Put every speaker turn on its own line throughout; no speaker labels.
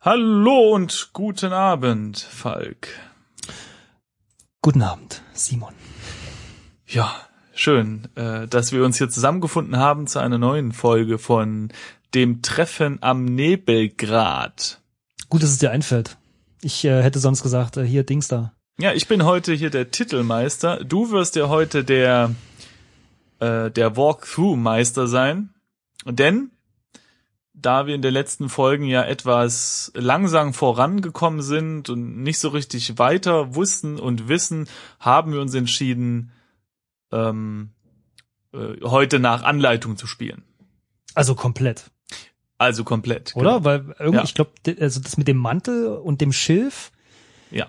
Hallo und guten Abend, Falk.
Guten Abend, Simon.
Ja, schön, äh, dass wir uns hier zusammengefunden haben zu einer neuen Folge von dem Treffen am Nebelgrad.
Gut, dass es dir einfällt. Ich äh, hätte sonst gesagt, äh, hier Dings da.
Ja, ich bin heute hier der Titelmeister. Du wirst ja heute der äh, der Walkthrough-Meister sein, denn da wir in den letzten Folgen ja etwas langsam vorangekommen sind und nicht so richtig weiter wussten und wissen, haben wir uns entschieden, ähm, äh, heute nach Anleitung zu spielen.
Also komplett,
Also komplett.
oder? Weil irgendwie,
Ja.
ich glaube, also das mit dem Mantel und dem Schilf,
Ja.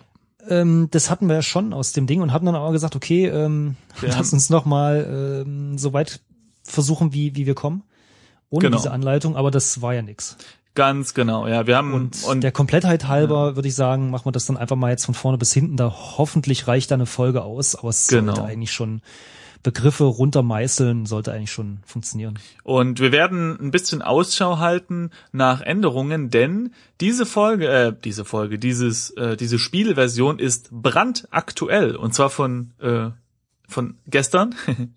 ähm, das hatten wir ja schon aus dem Ding und haben dann auch gesagt, okay, ähm,
Wir
lass
haben-
uns nochmal ähm, so weit versuchen, wie, wie wir kommen. Ohne
Genau.
diese Anleitung, aber das war ja nix.
Ganz genau. Ja, wir haben
Und, der Komplettheit halber würde ich sagen, machen wir das dann einfach mal jetzt von vorne bis hinten. Da hoffentlich reicht da eine Folge aus, aber es
Genau.
sollte eigentlich schon Begriffe runtermeißeln, sollte eigentlich schon funktionieren.
Und wir werden ein bisschen Ausschau halten nach Änderungen, denn diese Folge, äh, diese Folge, dieses, äh, diese Spielversion ist brandaktuell und zwar von äh, von gestern.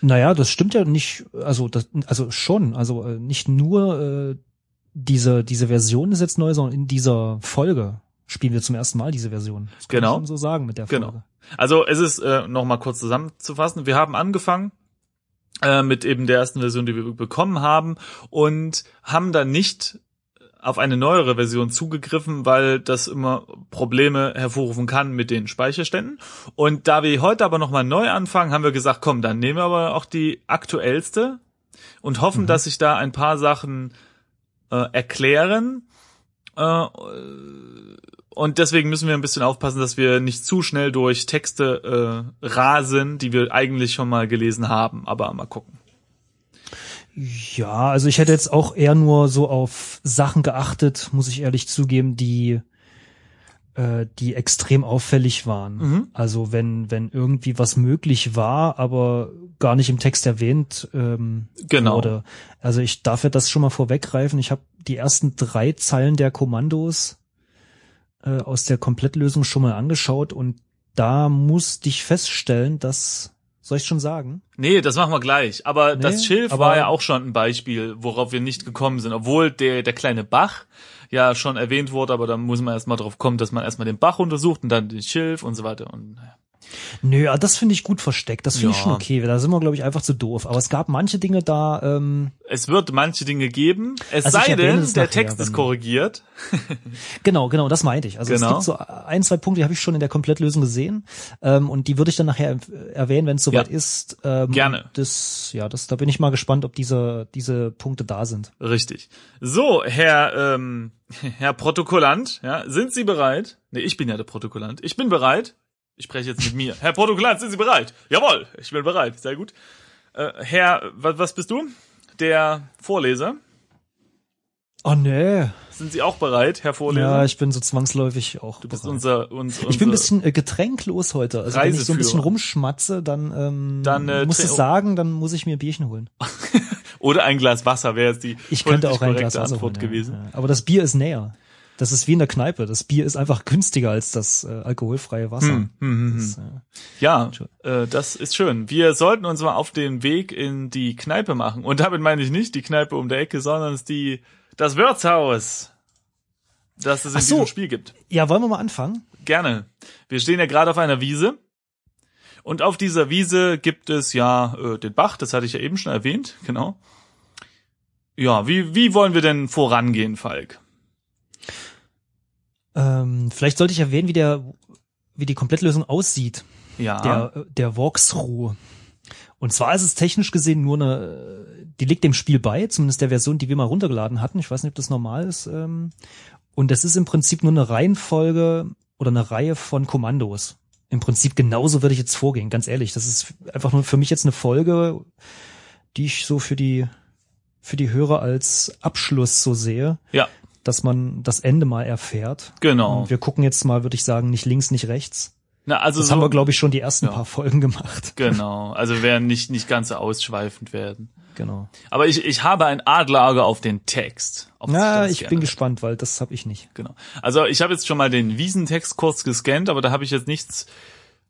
Naja, das stimmt ja nicht, also das, also schon, also äh, nicht nur äh, diese diese Version ist jetzt neu, sondern in dieser Folge spielen wir zum ersten Mal diese Version. Das kann
Genau.
man schon so sagen mit der Folge.
Genau. also es ist äh, noch mal kurz zusammenzufassen. Wir haben angefangen äh, mit eben der ersten Version, die wir bekommen haben und haben dann nicht auf eine neuere Version zugegriffen, weil das immer Probleme hervorrufen kann mit den Speicherständen. Und da wir heute aber nochmal neu anfangen, haben wir gesagt, komm, dann nehmen wir aber auch die aktuellste und hoffen,
Mhm.
dass sich da ein paar Sachen äh, erklären. Äh, und deswegen müssen wir ein bisschen aufpassen, dass wir nicht zu schnell durch Texte äh, rasen, die wir eigentlich schon mal gelesen haben. Aber mal gucken.
Ja, also ich hätte jetzt auch eher nur so auf Sachen geachtet, muss ich ehrlich zugeben, die äh, die extrem auffällig waren.
Mhm.
Also wenn wenn irgendwie was möglich war, aber gar nicht im Text erwähnt ähm,
Genau.
wurde. Also ich darf ja das schon mal vorweggreifen. Ich habe die ersten drei Zeilen der Kommandos äh, aus der Komplettlösung schon mal angeschaut und da musste ich feststellen, dass soll ich schon sagen?
Nee, das machen wir gleich. Aber
Nee,
das Schilf
aber-
war ja auch schon ein Beispiel, worauf wir nicht gekommen sind. Obwohl der, der kleine Bach ja schon erwähnt wurde, aber da muss man erstmal drauf kommen, dass man erstmal den Bach untersucht und dann den Schilf und so weiter. Und naja.
Nö, aber das finde ich gut versteckt. Das finde ich
Ja.
schon okay. Da sind wir, glaube ich, einfach zu doof. Aber es gab manche Dinge da, ähm,
es wird manche Dinge geben, es
Also ich
sei
erwähne
denn,
es
der
nachher,
Text ist
wenn-
korrigiert.
genau, genau, das meinte ich. Also
Genau.
es gibt so ein, zwei Punkte, die habe ich schon in der Komplettlösung gesehen. Ähm, und die würde ich dann nachher äh, erwähnen, wenn es soweit
Ja.
ist. Ähm,
Gerne.
Das, ja, das, da bin ich mal gespannt, ob diese, diese Punkte da sind.
Richtig. So, Herr, ähm, Herr Protokollant, ja, sind Sie bereit? Nee, ich bin ja der Protokollant. Ich bin bereit. Ich spreche jetzt mit mir. Herr Protokollant, sind Sie bereit? Jawohl, ich bin bereit. Sehr gut. Äh, Herr, was, was bist du? Der Vorleser.
Oh nee.
Sind Sie auch bereit, Herr Vorleser?
Ja, ich bin so zwangsläufig auch.
du bist
bereit.
unser, uns, unser
ich bin ein bisschen äh, getränklos heute. Also wenn ich so
Reiseführer.
ein bisschen rumschmatze, dann, ähm,
Dann, äh,
muss ich
trink-
sagen, dann muss ich mir ein Bierchen holen.
oder ein Glas Wasser wäre jetzt die
Ich könnte auch ein
politisch
Glas
korrekte
Wasser
Antwort
holen, ja,
gewesen.
Ja. Aber das Bier ist näher. Das ist wie in der Kneipe. Das Bier ist einfach günstiger als das äh, alkoholfreie Wasser.
Hm, hm, hm, hm.
Das, äh,
Ja, äh, das ist schön. Wir sollten uns mal auf den Weg in die Kneipe machen. Und damit meine ich nicht die Kneipe um der Ecke, sondern es ist die, das Wirtshaus, das es in
Ach so.
diesem Spiel gibt.
ja, wollen wir mal anfangen?
Gerne. Wir stehen ja gerade auf einer Wiese. Und auf dieser Wiese gibt es ja äh, den Bach, das hatte ich ja eben schon erwähnt, genau. Ja, wie, wie wollen wir denn vorangehen, Falk?
Ähm, vielleicht sollte ich erwähnen, wie der, wie die Komplettlösung aussieht.
Ja,
Der, äh, der Walkthrough. Und zwar ist es technisch gesehen nur eine, äh, die liegt dem Spiel bei, zumindest der Version, die wir mal runtergeladen hatten. Ich weiß nicht, ob das normal ist. Ähm, und das ist im Prinzip nur eine Reihenfolge oder eine Reihe von Kommandos. Im Prinzip genauso würde ich jetzt vorgehen, ganz ehrlich. Das ist einfach nur für mich jetzt eine Folge, die ich so für die, für die Hörer als Abschluss so sehe,
ja
dass man das Ende mal erfährt.
genau.
Und wir gucken jetzt mal, würde ich sagen, nicht links, nicht rechts.
Na, also
Das
so,
haben wir, glaube ich, schon die ersten
Ja.
paar Folgen gemacht.
Genau, also wir werden nicht, nicht ganz so ausschweifend werden.
Genau.
Aber ich, ich habe ein Adlerauge auf den Text. Auf
Na,
das
ich bin
gerne.
gespannt, weil das habe ich nicht.
Genau. Also ich habe jetzt schon mal den Wiesentext kurz gescannt, aber da habe ich jetzt nichts,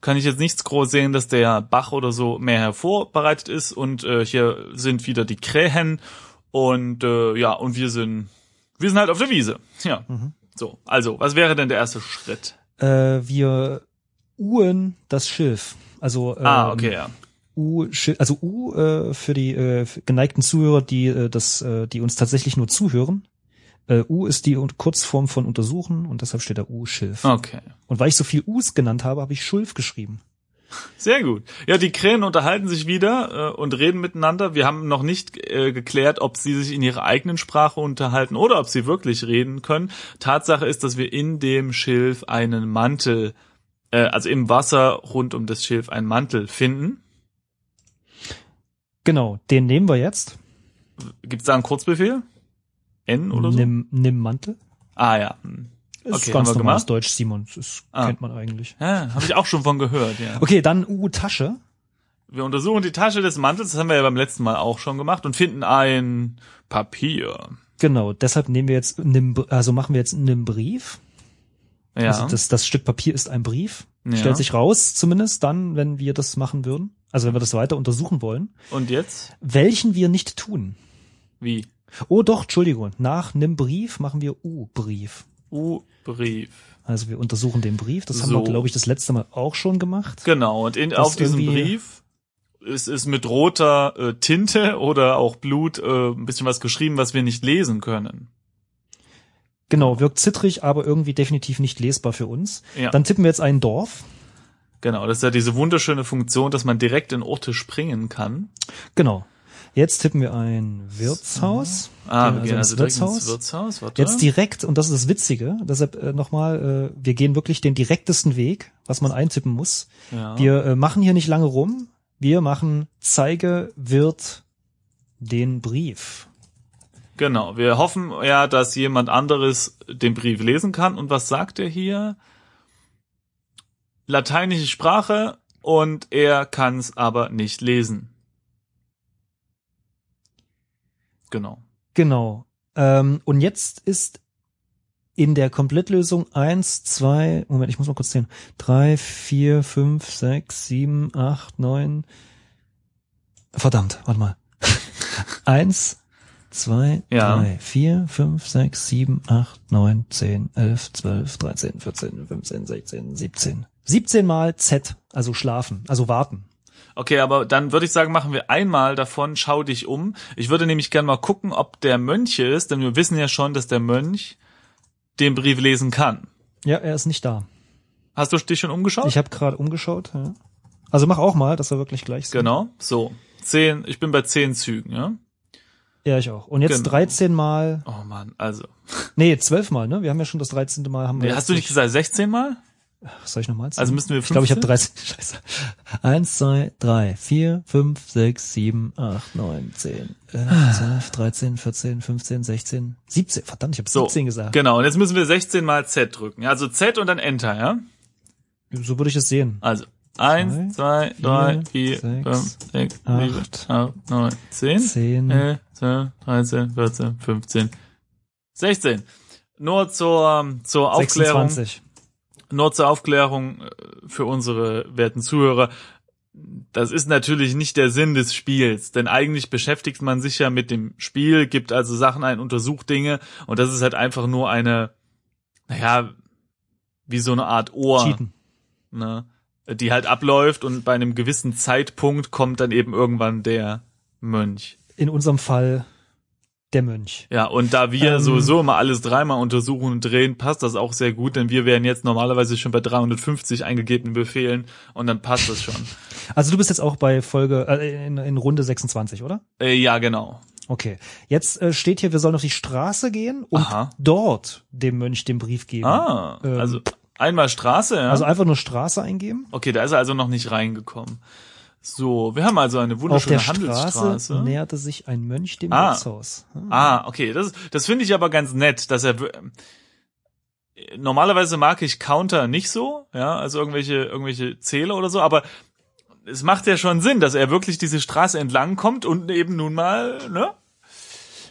kann ich jetzt nichts groß sehen, dass der Bach oder so mehr hervorbereitet ist. Und äh, hier sind wieder die Krähen und äh, ja, und wir sind wir sind halt auf der Wiese. Ja.
Mhm.
So, also, was wäre denn der erste Schritt?
Äh, wir uhren das Schilf. Also ähm,
ah, okay, ja.
U, Schil- also U äh, für die äh, für geneigten Zuhörer, die äh, das, äh, die uns tatsächlich nur zuhören. Äh, U ist die und- Kurzform von untersuchen und deshalb steht da U-Schilf.
Okay.
Und weil ich so viel Us genannt habe, habe ich Schulf geschrieben.
Sehr gut. Ja, die Krähen unterhalten sich wieder äh, und reden miteinander. Wir haben noch nicht äh, geklärt, ob sie sich in ihrer eigenen Sprache unterhalten oder ob sie wirklich reden können. Tatsache ist, dass wir in dem Schilf einen Mantel, äh, also im Wasser rund um das Schilf einen Mantel finden.
Genau, den nehmen wir jetzt.
Gibt's da einen Kurzbefehl? N oder so?
Nimm, nimm Mantel.
Ah ja. Hm.
Ist
Okay,
ganz
haben wir
normales
gemacht?
Deutsch, Simon. Das
Ah.
kennt man eigentlich.
Ja, habe ich auch schon von gehört, ja.
Okay, dann U-Tasche.
Wir untersuchen die Tasche des Mantels, das haben wir ja beim letzten Mal auch schon gemacht, und finden ein Papier.
Genau, deshalb nehmen wir jetzt, nimm, also machen wir jetzt einen Brief.
Ja.
Also das, das Stück Papier ist ein Brief.
Ja.
Stellt sich raus, zumindest dann, wenn wir das machen würden. Also wenn wir das weiter untersuchen wollen.
und jetzt?
Welchen wir nicht tun.
Wie?
Oh doch, Entschuldigung. Nach einem Brief machen wir U-Brief.
U-Brief.
Also wir untersuchen den Brief. Das haben
So.
wir, glaube ich, das letzte Mal auch schon gemacht.
Genau, und in,
Das
auf diesem
irgendwie-
Brief ist, ist mit roter äh, Tinte oder auch Blut äh, ein bisschen was geschrieben, was wir nicht lesen können.
Genau, wirkt zittrig, aber irgendwie definitiv nicht lesbar für uns.
Ja.
Dann tippen wir jetzt ein Dorf.
Genau, das ist ja diese wunderschöne Funktion, dass man direkt in Orte springen kann.
Genau. Jetzt tippen wir ein Wirtshaus.
Ah, wir
Gehen
gehen
also
also direkt
ins
ins
Wirtshaus.
Wirtshaus. Warte.
Jetzt direkt, und das ist das Witzige, deshalb äh, nochmal, äh, wir gehen wirklich den direktesten Weg, was man eintippen muss.
ja.
Wir äh, machen hier nicht lange rum. Wir machen Zeige wird den Brief.
Genau, wir hoffen ja, dass jemand anderes den Brief lesen kann. Und was sagt er hier? Lateinische Sprache und er kann es aber nicht lesen. Genau.
Genau. Ähm, und jetzt ist in der Komplettlösung eins, zwei, Moment, ich muss mal kurz zählen. drei, vier, fünf, sechs, sieben, acht, neun. Verdammt, warte mal. eins, zwei,
Ja.
drei, vier, fünf, sechs, sieben, acht, neun, zehn, elf, zwölf, dreizehn, vierzehn, fünfzehn, sechzehn, siebzehn. 17 mal Z, also schlafen, also warten.
Okay, aber dann würde ich sagen, machen wir einmal davon, schau dich um. Ich würde nämlich gerne mal gucken, ob der Mönch hier ist, denn wir wissen ja schon, dass der Mönch den Brief lesen kann.
Ja, er ist nicht da.
Hast du dich schon umgeschaut?
Ich habe gerade umgeschaut. Ja. Also mach auch mal, dass wir wirklich gleich sind.
genau, so. Zehn, ich bin bei zehn Zügen, ja?
Ja, ich auch. Und jetzt
Genau.
13 Mal,
Oh Mann, also.
nee, 12 Mal, ne? Wir haben ja schon das 13. Mal. Haben wir
Nee, hast du nicht gesagt 16 Mal?
Was soll ich nochmal
Also müssen wir
Ich glaube, ich habe
15?
13. Scheiße. 1, 2, 3, 4, 5, 6, 7, 8, 9, 10, 11, 12, 13, 14, 15, 16, 17. Verdammt, ich habe 17 gesagt.
Genau, und jetzt müssen wir 16 mal Z drücken. Also Z und dann Enter, ja?
So würde ich es sehen.
Also 1, 2, 3, 4,
sechs,
5, 6, 7,
acht,
8, 9, 10,
10.
11, 12, 13, 14, 15, 16. Nur zur, zur Aufklärung,
26.
nur zur Aufklärung äh, für unsere werten Zuhörer. Das ist natürlich nicht der Sinn des Spiels, denn eigentlich beschäftigt man sich ja mit dem Spiel, gibt also Sachen ein, untersucht Dinge und das ist halt einfach nur eine, naja, wie so eine Art Ohr,
Cheaten.
ne, die halt abläuft und bei einem gewissen Zeitpunkt kommt dann eben irgendwann der Mönch.
In unserem Fall der Mönch.
Ja, und da wir
Ähm.
sowieso immer alles dreimal untersuchen und drehen, passt das auch sehr gut, denn wir wären jetzt normalerweise schon bei 350 eingegebenen Befehlen und dann passt das schon.
Also du bist jetzt auch bei Folge, äh, in, in Runde 26, oder?
äh, ja, genau.
Okay. Jetzt äh, steht hier, wir sollen auf die Straße gehen und
Aha.
dort dem Mönch den Brief geben.
Ah,
Ähm,
also einmal Straße, ja.
Also einfach nur Straße eingeben.
okay, da ist er also noch nicht reingekommen. So, wir haben also eine
Auf der
wunderschöne
Straße,
Handelsstraße.
näherte sich ein Mönch dem
Ah.
Wirtshaus. Hm.
Ah, okay, das, das finde ich aber ganz nett, dass er w- normalerweise mag ich Counter nicht so, ja, also irgendwelche irgendwelche Zähler oder so, aber es macht ja schon Sinn, dass er wirklich diese Straße entlang kommt und eben nun mal, ne?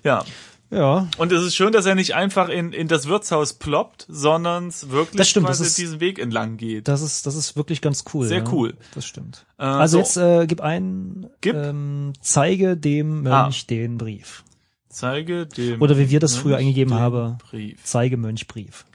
Ja.
Ja.
Und es ist schön, dass er nicht einfach in, in das Wirtshaus ploppt, sondern es wirklich
Das stimmt,
quasi
das ist-
diesen Weg entlang geht.
Das ist, das ist wirklich ganz cool.
Sehr
ja.
cool.
Das stimmt.
Äh,
also
so.
jetzt äh, gib ein,
Gib.
Ähm, zeige dem
Ah.
Mönch den Brief.
Zeige dem.
Oder wie wir das früher
Mönch
eingegeben
den
haben.
Brief.
Zeige Mönch Brief.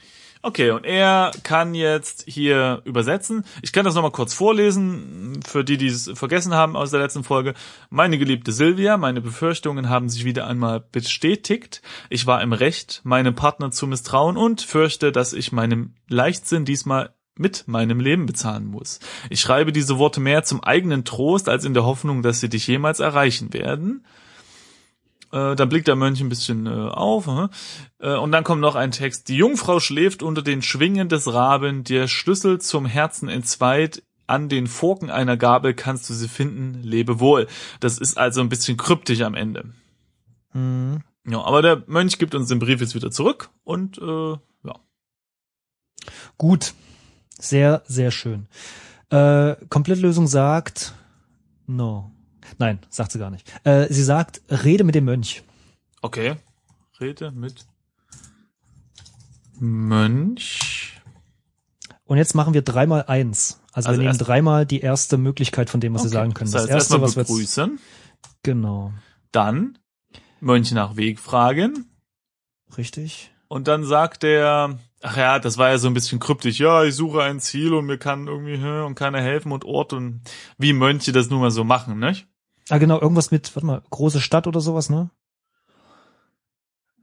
Okay, und er kann jetzt hier übersetzen. Ich kann das nochmal kurz vorlesen, für die, die es vergessen haben aus der letzten Folge. Meine geliebte Silvia, meine Befürchtungen haben sich wieder einmal bestätigt. Ich war im Recht, meinem Partner zu misstrauen und fürchte, dass ich meinem Leichtsinn diesmal mit meinem Leben bezahlen muss. Ich schreibe diese Worte mehr zum eigenen Trost als in der Hoffnung, dass sie dich jemals erreichen werden. Äh, dann blickt der Mönch ein bisschen äh, auf. hm. Äh, und dann kommt noch ein Text. Die Jungfrau schläft unter den Schwingen des Raben, der Schlüssel zum Herzen entzweit. An den Forken einer Gabel kannst du sie finden. Lebe wohl. Das ist also ein bisschen kryptisch am Ende.
Mhm.
Ja, aber der Mönch gibt uns den Brief jetzt wieder zurück und äh, ja.
Gut. Sehr, sehr schön. Äh, Komplettlösung sagt, no. Nein, sagt sie gar nicht. Äh, sie sagt, rede mit dem Mönch.
Okay. Rede mit Mönch.
Und jetzt machen wir dreimal eins. Also,
Also
wir nehmen
erst-
dreimal die erste Möglichkeit von dem, was wir sagen können.
Das heißt, erstmal
jetzt,
begrüßen,
genau,
dann Mönch nach Weg fragen.
richtig.
Und dann sagt er, ach ja, das war ja so ein bisschen kryptisch, ja, ich suche ein Ziel und mir kann irgendwie hä, und keiner helfen und Ort und wie Mönche das nun mal so machen, ne?
Ah, genau, irgendwas mit, warte mal, große Stadt oder sowas, ne?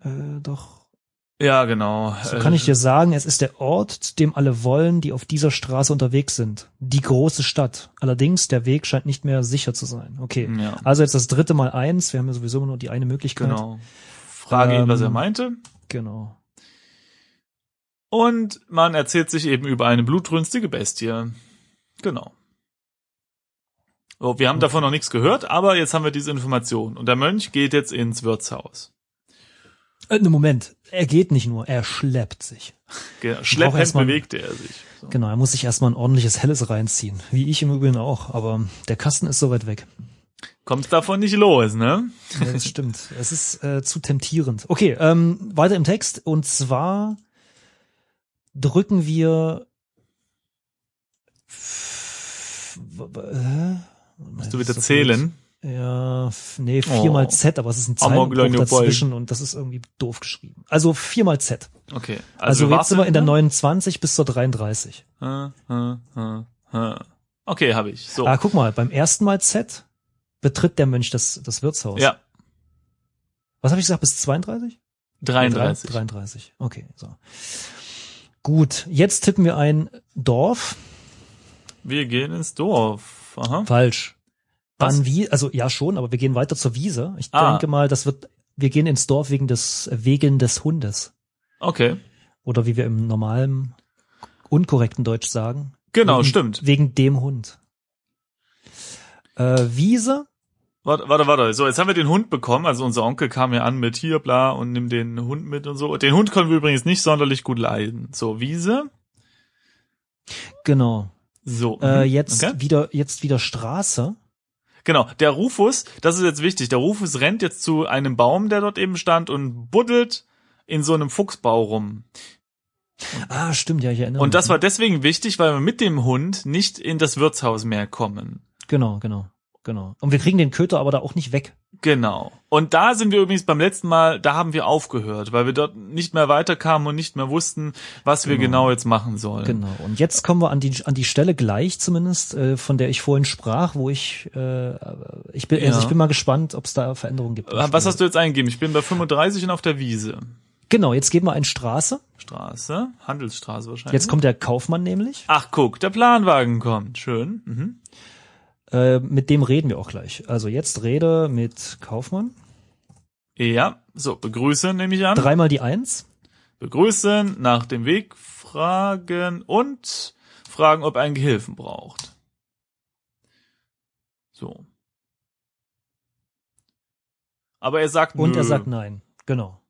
Äh, doch.
Ja, genau.
So
Äh,
kann ich dir sagen, es ist der Ort, zu dem alle wollen, die auf dieser Straße unterwegs sind. Die große Stadt. Allerdings, der Weg scheint nicht mehr sicher zu sein. Okay.
Ja,
Also jetzt das dritte Mal eins. Wir haben ja sowieso immer nur die eine Möglichkeit.
genau. Frage ihn, was er
Ähm,
meinte.
Genau.
Und man erzählt sich eben über eine blutrünstige Bestie. Genau. Oh, wir haben davon noch nichts gehört, aber jetzt haben wir diese Information. Und der Mönch geht jetzt ins Wirtshaus.
Äh, ne, Moment. Er geht nicht nur, er schleppt sich.
Ge-
brauche
Schleppend
erst mal-
bewegte er sich. So.
Genau, er muss sich erstmal ein ordentliches Helles reinziehen. Wie ich im Übrigen auch, aber der Kasten ist so weit weg.
Kommt davon nicht los, ne?
Ja, das stimmt. Es ist äh, zu temptierend. Okay, ähm, weiter im Text. Und zwar drücken wir. Musst
Du willst erzählen.
Ja, f- nee, viermal
Oh.
Z, aber es ist ein
Amor
Zeilenbruch
Leopold.
dazwischen und das ist irgendwie doof geschrieben. Also viermal Z.
Okay.
Also, jetzt sind wir in der
warten, ne?
29 bis zur 33.
Hm, hm, hm, hm. Okay, habe ich. So.
Ah, guck mal, beim ersten Mal Z betritt der Mönch das, das Wirtshaus.
ja,
Was habe ich gesagt, bis 32?
33.
33. Okay, so. Gut, jetzt tippen wir ein Dorf.
Wir gehen ins Dorf. Aha.
Falsch.
Was?
Dann wie, also ja schon, aber wir gehen weiter zur Wiese. Ich
Ah.
denke mal, das wird, wir gehen ins Dorf wegen des, wegen des Hundes.
Okay.
Oder wie wir im normalen, unkorrekten Deutsch sagen.
Genau,
wegen,
stimmt.
Wegen dem Hund. Äh, Wiese,
Warte, warte, warte. So, jetzt haben wir den Hund bekommen. Also unser Onkel kam ja an mit hier, bla, und nimm den Hund mit und so. Den Hund können wir übrigens nicht sonderlich gut leiden. So, Wiese.
genau.
So.
Äh,
mhm.
jetzt
Okay.
wieder, jetzt wieder Straße.
Genau. Der Rufus, das ist jetzt wichtig. Der Rufus rennt jetzt zu einem Baum, der dort eben stand und buddelt in so einem Fuchsbau rum.
Ah, stimmt, ja, ich erinnere mich.
Und das war deswegen wichtig, weil wir mit dem Hund nicht in das Wirtshaus mehr kommen.
Genau, genau, genau. Und wir kriegen den Köter aber da auch nicht weg.
Genau. Und da sind wir übrigens beim letzten Mal, da haben wir aufgehört, weil wir dort nicht mehr weiterkamen und nicht mehr wussten, was wir
Genau.
genau jetzt machen sollen.
Genau. Und jetzt kommen wir an die an die Stelle gleich zumindest, äh, von der ich vorhin sprach, wo ich äh, ich bin also
Ja.
ich bin mal gespannt, ob es da Veränderungen gibt.
Äh, Was hast du jetzt eingegeben? Ich bin bei 35 und auf der Wiese.
Genau. Jetzt geben wir eine Straße.
Straße, Handelsstraße wahrscheinlich.
Jetzt kommt der Kaufmann nämlich.
Ach guck, der Planwagen kommt. Schön. Mhm.
Äh, mit dem reden wir auch gleich. Also jetzt rede mit Kaufmann.
Ja, so, begrüßen nehme ich an.
Dreimal die Eins.
Begrüßen, nach dem Weg fragen und fragen, ob er einen Gehilfen braucht. So. Aber er sagt
Und
nö.
er sagt nein. Genau.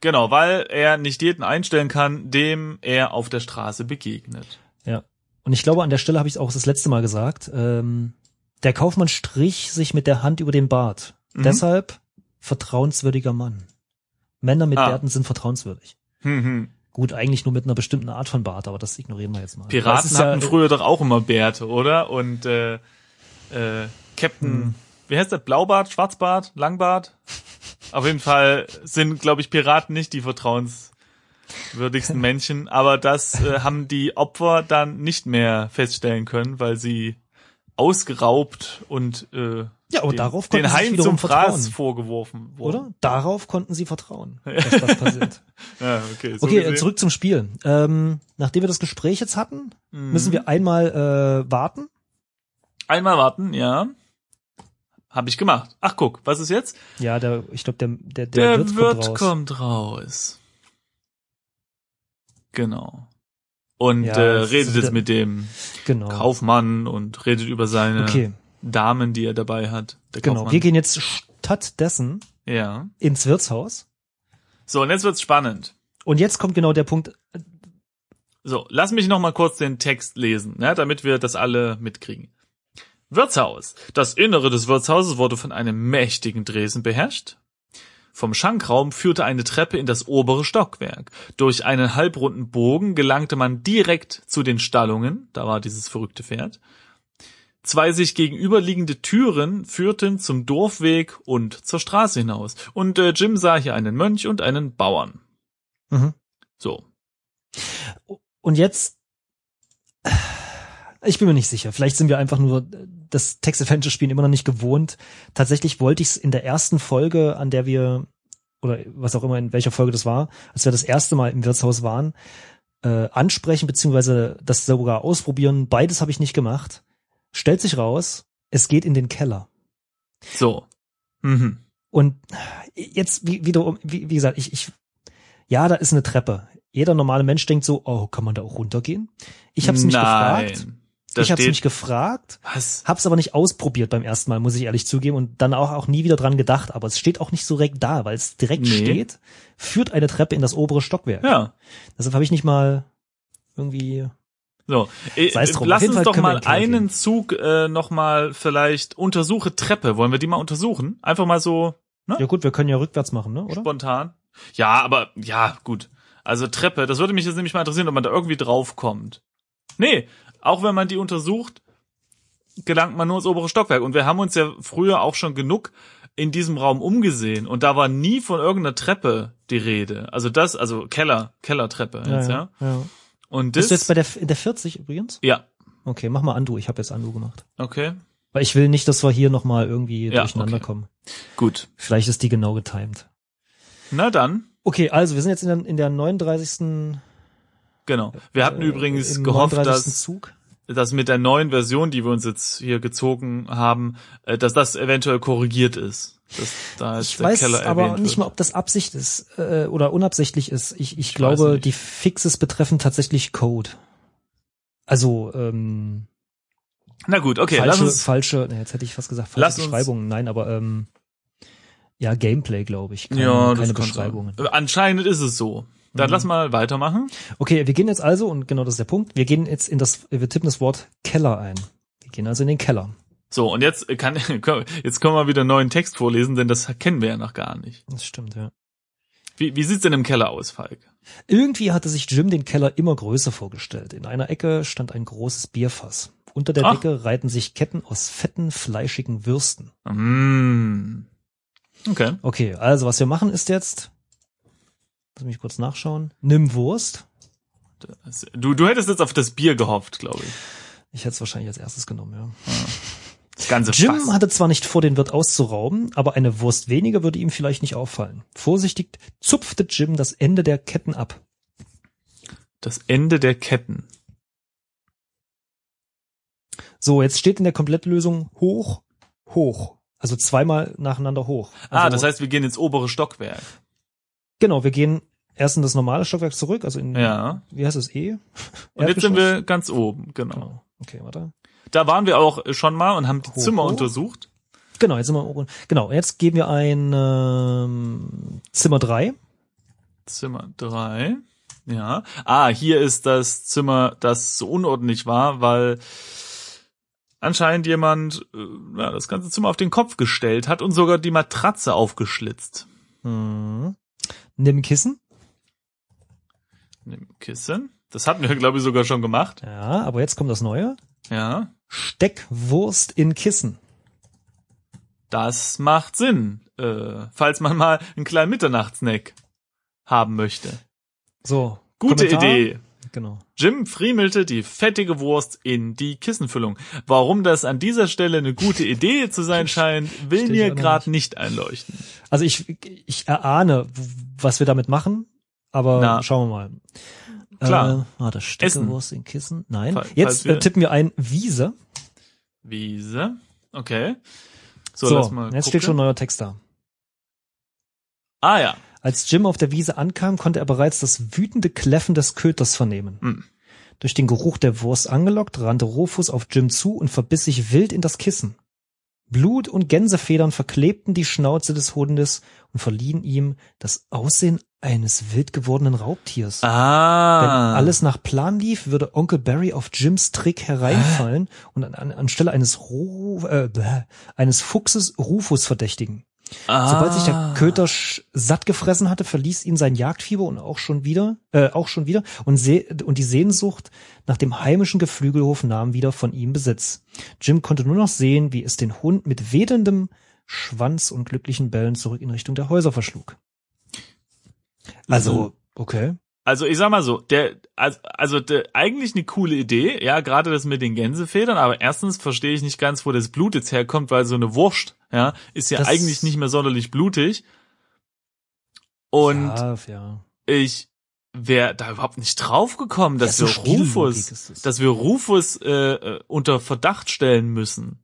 Genau, weil er nicht jeden einstellen kann, dem er auf der Straße begegnet.
Ja. Und ich glaube, an der Stelle habe ich es auch das letzte Mal gesagt. Ähm, der Kaufmann strich sich mit der Hand über den Bart.
Mhm.
Deshalb vertrauenswürdiger Mann. Männer mit
Ah.
Bärten sind vertrauenswürdig.
Hm, hm.
Gut, eigentlich nur mit einer bestimmten Art von Bart, aber das ignorieren wir jetzt mal. Das
Piraten
ist
hatten
ja, äh,
früher doch auch immer Bärte, oder? Und äh, äh, Captain,
Hm.
wie heißt der? Blaubart, Schwarzbart, Langbart? Auf jeden Fall sind, glaube ich, Piraten nicht die vertrauenswürdigsten Menschen, aber das äh, haben die Opfer dann nicht mehr feststellen können, weil sie ausgeraubt und äh,
Ja, aber
den,
darauf konnten
den
sie sich
Hain
wiederum
zum Fraß
vertrauen.
vorgeworfen wurden.
Oder? Darauf konnten sie vertrauen, dass das passiert.
Ja, okay, so
Okay, äh,
gesehen.
zurück zum Spiel. Ähm, nachdem wir das Gespräch jetzt hatten,
Mhm.
müssen wir einmal äh, warten.
Hm. Einmal warten, ja. Habe ich gemacht. Ach guck, was ist jetzt?
Ja, der, ich glaube, der, der,
Der,
der, Wirt, kommt raus.
kommt raus. Genau. Und
Ja,
äh,
das ist
redet
wieder-
jetzt mit dem
Genau.
Kaufmann und redet über seine
okay,
Damen, die er dabei hat. Der
genau.
Kaufmann.
Wir gehen jetzt stattdessen
ja.
ins Wirtshaus.
So, und jetzt wird's spannend.
Und jetzt kommt genau der Punkt.
So, lass mich noch mal kurz den Text lesen, ne, damit wir das alle mitkriegen. Wirtshaus. Das Innere des Wirtshauses wurde von einem mächtigen Dresen beherrscht. Vom Schankraum führte eine Treppe in das obere Stockwerk. Durch einen halbrunden Bogen gelangte man direkt zu den Stallungen. Da war dieses verrückte Pferd. Zwei sich gegenüberliegende Türen führten zum Dorfweg und zur Straße hinaus. Und äh, Jim sah hier einen Mönch und einen Bauern.
Mhm.
So.
Und jetzt, ich bin mir nicht sicher. Vielleicht sind wir einfach nur äh, das Text Adventure Spielen immer noch nicht gewohnt. Tatsächlich wollte ich es in der ersten Folge, an der wir oder was auch immer in welcher Folge das war, als wir das erste Mal im Wirtshaus waren, äh, ansprechen beziehungsweise das sogar ausprobieren. Beides habe ich nicht gemacht. Stellt sich raus, es geht in den Keller.
So. Mhm.
Und jetzt wie- wiederum, wie, wie gesagt, ich, ich, ja, da ist eine Treppe. Jeder normale Mensch denkt so, oh, kann man da auch runtergehen? Ich habe es mich
Nein.
gefragt.
Da
ich habe
steht,
es mich gefragt,
was?
habe es aber nicht ausprobiert beim ersten Mal, muss ich ehrlich zugeben, und dann auch, auch nie wieder dran gedacht. Aber es steht auch nicht so direkt da, weil es direkt
Nee.
steht, führt eine Treppe in das obere Stockwerk.
Ja.
Deshalb habe ich nicht mal irgendwie.
So, Äh,
Sei's drum. Auf
lass
jeden
uns
Fall
doch
können wir in
mal
den Keller
einen
gehen.
Zug äh, noch mal vielleicht untersuche Treppe. Wollen wir die mal untersuchen? Einfach mal so
Ja gut, wir können ja rückwärts machen, ne? Oder?
spontan. Ja, aber ja, gut. Also Treppe, das würde mich jetzt nämlich mal interessieren, ob man da irgendwie draufkommt. Nee, auch wenn man die untersucht, gelangt man nur ins obere Stockwerk. Und wir haben uns ja früher auch schon genug in diesem Raum umgesehen und da war nie von irgendeiner Treppe die Rede. Also das, also Keller, Kellertreppe jetzt, ja.
ja.
Und das
Bist du jetzt bei der in der 40 übrigens?
Ja,
Okay, mach mal Andu. Ich habe jetzt Andu gemacht,
okay.
weil ich will nicht, dass wir hier noch mal irgendwie
Ja,
durcheinander
okay.
kommen.
Gut.
Vielleicht ist die genau getimed.
Na dann,
Okay, also wir sind jetzt in der, in der 39.
genau. Wir hatten
äh,
übrigens
im
gehofft,
39.
dass,
Zug.
dass mit der neuen Version, die wir uns jetzt hier gezogen haben, äh, dass das eventuell korrigiert ist. Dass da jetzt
Ich
der
weiß
Keller
aber
erwähnt
nicht mal,
wird.
ob das Absicht ist äh, oder unabsichtlich ist. Ich, ich,
Ich weiß
glaube,
nicht.
die Fixes betreffen tatsächlich Code. Also ähm,
Na gut, okay, lass
falsche,
uns.
falsche, na, jetzt hätte ich fast gesagt,
Lass
falsche
uns-
Beschreibungen. Nein, aber ähm, ja, Gameplay, glaube ich. Keine,
Ja,
keine
das kann
Beschreibungen.
sein. Äh, Anscheinend ist es so. Dann
Mhm.
lass mal weitermachen.
Okay, wir gehen jetzt also, und genau das ist der Punkt, wir gehen jetzt in das, wir tippen das Wort Keller ein. Wir gehen also in den Keller.
So, und jetzt äh, kann jetzt können wir wieder neuen Text vorlesen, denn das kennen wir ja noch gar nicht.
Das stimmt, ja.
Wie, wie sieht's denn im Keller aus, Falk?
Irgendwie hatte sich Jim den Keller immer größer vorgestellt. In einer Ecke stand ein großes Bierfass. Unter der
Ach.
Decke reihten sich Ketten aus fetten, fleischigen Würsten.
Mm. Okay.
Okay, also was wir machen ist jetzt, lass mich kurz nachschauen, nimm Wurst.
Das- Du, du hättest jetzt auf das Bier gehofft, glaube ich.
Ich hätte es wahrscheinlich als erstes genommen, ja.
Das ganze
Jim
Fass.
hatte zwar nicht vor, den Wirt auszurauben, aber eine Wurst weniger würde ihm vielleicht nicht auffallen. Vorsichtig zupfte Jim das Ende der Ketten ab.
Das Ende der Ketten.
So, jetzt steht in der Komplettlösung hoch, hoch. Also zweimal nacheinander hoch. Also
ah, das heißt, wir gehen ins obere Stockwerk.
Genau, wir gehen erst in das normale Stockwerk zurück, also in,
Ja.
wie heißt es, E?
Und jetzt sind
Erdgeschoss?
wir ganz oben, genau.
Genau. Okay, warte.
Da waren wir auch schon mal und haben die
Hoch,
Zimmer
hoch.
untersucht.
Genau, jetzt sind wir oben. Genau, jetzt gehen wir ein ähm, Zimmer drei.
Zimmer drei. Ja. Ah, hier ist das Zimmer, das so unordentlich war, weil anscheinend jemand äh, ja, das ganze Zimmer auf den Kopf gestellt hat und sogar die Matratze aufgeschlitzt.
Mhm. Nimm Kissen.
Nimm Kissen. Das hatten wir, glaube ich, sogar schon gemacht.
Ja, aber jetzt kommt das Neue.
Ja.
Steckwurst in Kissen.
Das macht Sinn, äh, falls man mal einen kleinen Mitternachtsnack haben möchte.
So.
Gute
Kommentar.
Idee.
Genau.
Jim friemelte die fettige Wurst in die Kissenfüllung. Warum das an dieser Stelle eine gute Idee zu sein scheint, will
Verstehe ich
mir
auch noch
gerade nicht einleuchten.
Also ich, ich erahne, w- was wir damit machen, aber
Na.
schauen wir mal.
Klar.
Äh, warte, Steckwurst in Kissen? Nein.
Fall- falls
Jetzt
wir-
äh, tippen wir ein Wiese.
Wiese. Okay. So,
So,
lass mal
jetzt
gucken.
steht schon ein neuer Text da.
Ah ja.
Als Jim auf der Wiese ankam, konnte er bereits das wütende Kläffen des Köters vernehmen.
Hm.
Durch den Geruch der Wurst angelockt, rannte Rufus auf Jim zu und verbiss sich wild in das Kissen. Blut und Gänsefedern verklebten die Schnauze des Hundes und verliehen ihm das Aussehen eines wild gewordenen Raubtiers. Wenn
Ah.
alles nach Plan lief, würde Onkel Barry auf Jims Trick hereinfallen und an, an, anstelle eines, Ru äh, bäh, eines Fuchses Rufus verdächtigen.
ah.
Sobald sich der Köter sch- satt gefressen hatte, verließ ihn sein Jagdfieber und auch schon wieder, äh, auch schon wieder und, se und die Sehnsucht nach dem heimischen Geflügelhof nahm wieder von ihm Besitz. Jim konnte nur noch sehen, wie es den Hund mit wedelndem Schwanz und glücklichen Bällen zurück in Richtung der Häuser verschlug. Also, okay.
Also ich sag mal so, der also, also der, eigentlich eine coole Idee, ja, gerade das mit den Gänsefedern, aber erstens verstehe ich nicht ganz, wo das Blut jetzt herkommt, weil so eine Wurst, ja, ist ja
Das-
eigentlich nicht mehr sonderlich blutig. Und
ja, ja.
ich wäre da überhaupt nicht drauf gekommen, dass
Ja, so
wir
Spiellogik
Rufus,
ist das.
dass wir Rufus äh, äh, unter Verdacht stellen müssen.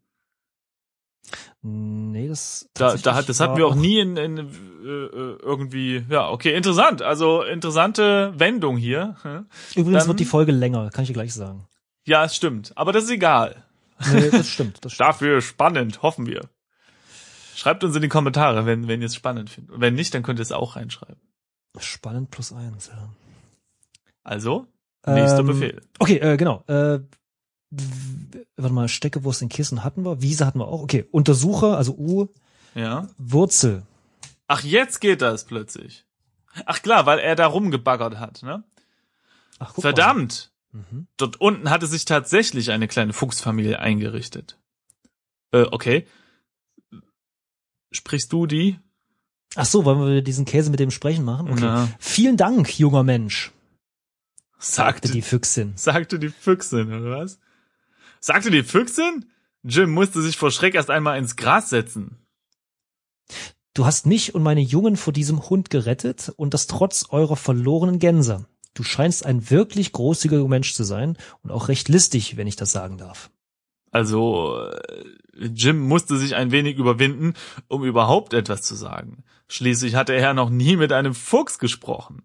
Nee, das.
Da, da hat, das hatten wir auch
nie.
nie in, in äh, äh, irgendwie, ja, okay, interessant. Also interessante Wendung hier. Hm?
Übrigens
Dann-
wird die Folge länger, kann ich dir gleich sagen.
Ja, es stimmt. Aber das ist egal.
Nee, das stimmt. Das stimmt.
Dafür spannend, hoffen wir. Schreibt uns in die Kommentare, wenn, wenn ihr es spannend findet. Und wenn nicht, dann könnt ihr es auch reinschreiben.
Spannend plus eins, ja.
Also, nächster
Ähm,
Befehl.
Okay, äh, genau. Äh, w- warte mal, Steckewurst in Kissen hatten wir, Wiese hatten wir auch. Okay, Untersucher, also U,
Ja.
Wurzel.
Ach, jetzt geht das plötzlich. Ach klar, weil er da rumgebaggert hat, ne?
Ach, guck mal.
Verdammt!
Mhm.
Dort unten hatte sich tatsächlich eine kleine Fuchsfamilie eingerichtet. Äh, okay. Sprichst du die?
Ach so, wollen wir diesen Käse mit dem Sprechen machen? Okay.
Na.
Vielen Dank, junger Mensch, sagte
Sagte
die Füchsin.
Sagte die Füchsin, oder was? Sagte die Füchsin? Jim musste sich vor Schreck erst einmal ins Gras setzen.
Du hast mich und meine Jungen vor diesem Hund gerettet und das trotz eurer verlorenen Gänse. Du scheinst ein wirklich großzügiger Mensch zu sein und auch recht listig, wenn ich das sagen darf.
Also, äh, Jim musste sich ein wenig überwinden, um überhaupt etwas zu sagen. Schließlich hatte er noch nie mit einem Fuchs gesprochen.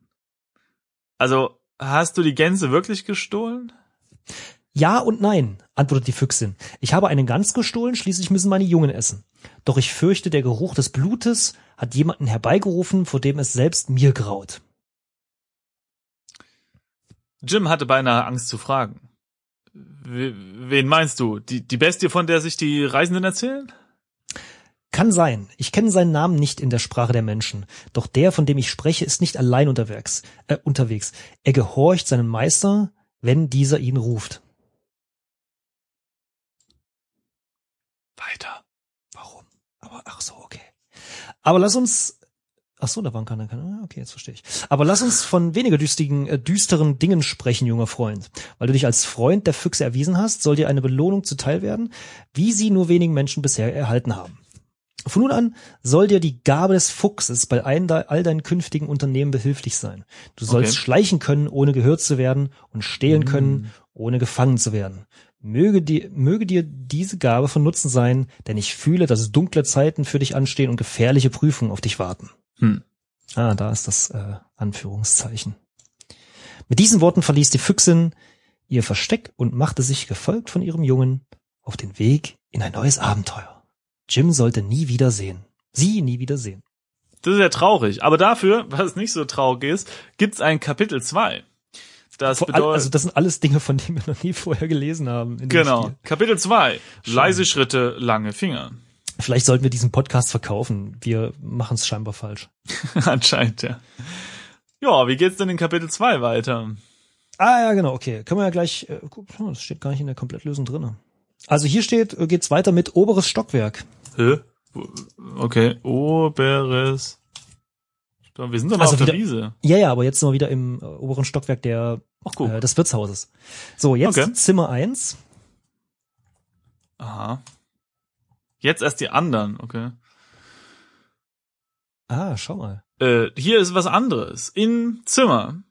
Also, hast du die Gänse wirklich gestohlen?
Ja und nein, antwortet die Füchsin. Ich habe einen Gans gestohlen, schließlich müssen meine Jungen essen. Doch ich fürchte, der Geruch des Blutes hat jemanden herbeigerufen, vor dem es selbst mir graut.
Jim hatte beinahe Angst zu fragen. W wen meinst du? Die, die Bestie, von der sich die Reisenden erzählen?
Kann sein. Ich kenne seinen Namen nicht in der Sprache der Menschen. Doch der, von dem ich spreche, ist nicht allein unterwegs. Äh, unterwegs. Er gehorcht seinem Meister, wenn dieser ihn ruft.
Weiter.
Warum? Aber ach so, okay. Aber lass uns. Ach so, da waren keine. keine ah, okay, jetzt verstehe ich. Aber lass uns von weniger düstigen, äh, düsteren Dingen sprechen, junger Freund. Weil du dich als Freund der Füchse erwiesen hast, soll dir eine Belohnung zuteil werden, wie sie nur wenigen Menschen bisher erhalten haben. Von nun an soll dir die Gabe des Fuchses bei allen de- all deinen künftigen Unternehmen behilflich sein. Du sollst
Okay.
schleichen können, ohne gehört zu werden, und stehlen
Mm.
können, ohne gefangen zu werden. Möge dir, möge dir diese Gabe von Nutzen sein, denn ich fühle, dass dunkle Zeiten für dich anstehen und gefährliche Prüfungen auf dich warten.
Hm.
Ah, da ist das äh, Anführungszeichen. Mit diesen Worten verließ die Füchsin ihr Versteck und machte sich, gefolgt von ihrem Jungen, auf den Weg in ein neues Abenteuer. Jim sollte nie wieder sehen. Sie nie wieder sehen.
Das ist ja traurig. Aber dafür, was nicht so traurig ist, gibt's ein Kapitel 2. Das
Vor all,
bedeutet,
also das sind alles Dinge, von denen wir noch nie vorher gelesen haben. in dem
genau.
Spiel.
Kapitel 2. Leise Schritte, lange Finger.
Vielleicht sollten wir diesen Podcast verkaufen. Wir machen es scheinbar falsch.
Anscheinend, ja. Ja, wie geht's denn in Kapitel 2 weiter?
Ah ja, genau, okay. Können wir ja gleich, äh, guck, hm, das steht gar nicht in der Komplettlösung drinne. Also hier steht, äh, geht's weiter mit oberes Stockwerk.
Hä? Okay, oberes. Stopp, Wir sind doch noch
Also
auf der
wieder-
Wiese.
Ja, ja, aber jetzt sind wir wieder im äh, oberen Stockwerk der,
Ach guck.
äh, des Wirtshauses. So, jetzt
Okay.
Zimmer eins.
Aha. Jetzt erst die anderen, okay.
Ah, schau mal.
Äh, hier ist was anderes. In Zimmer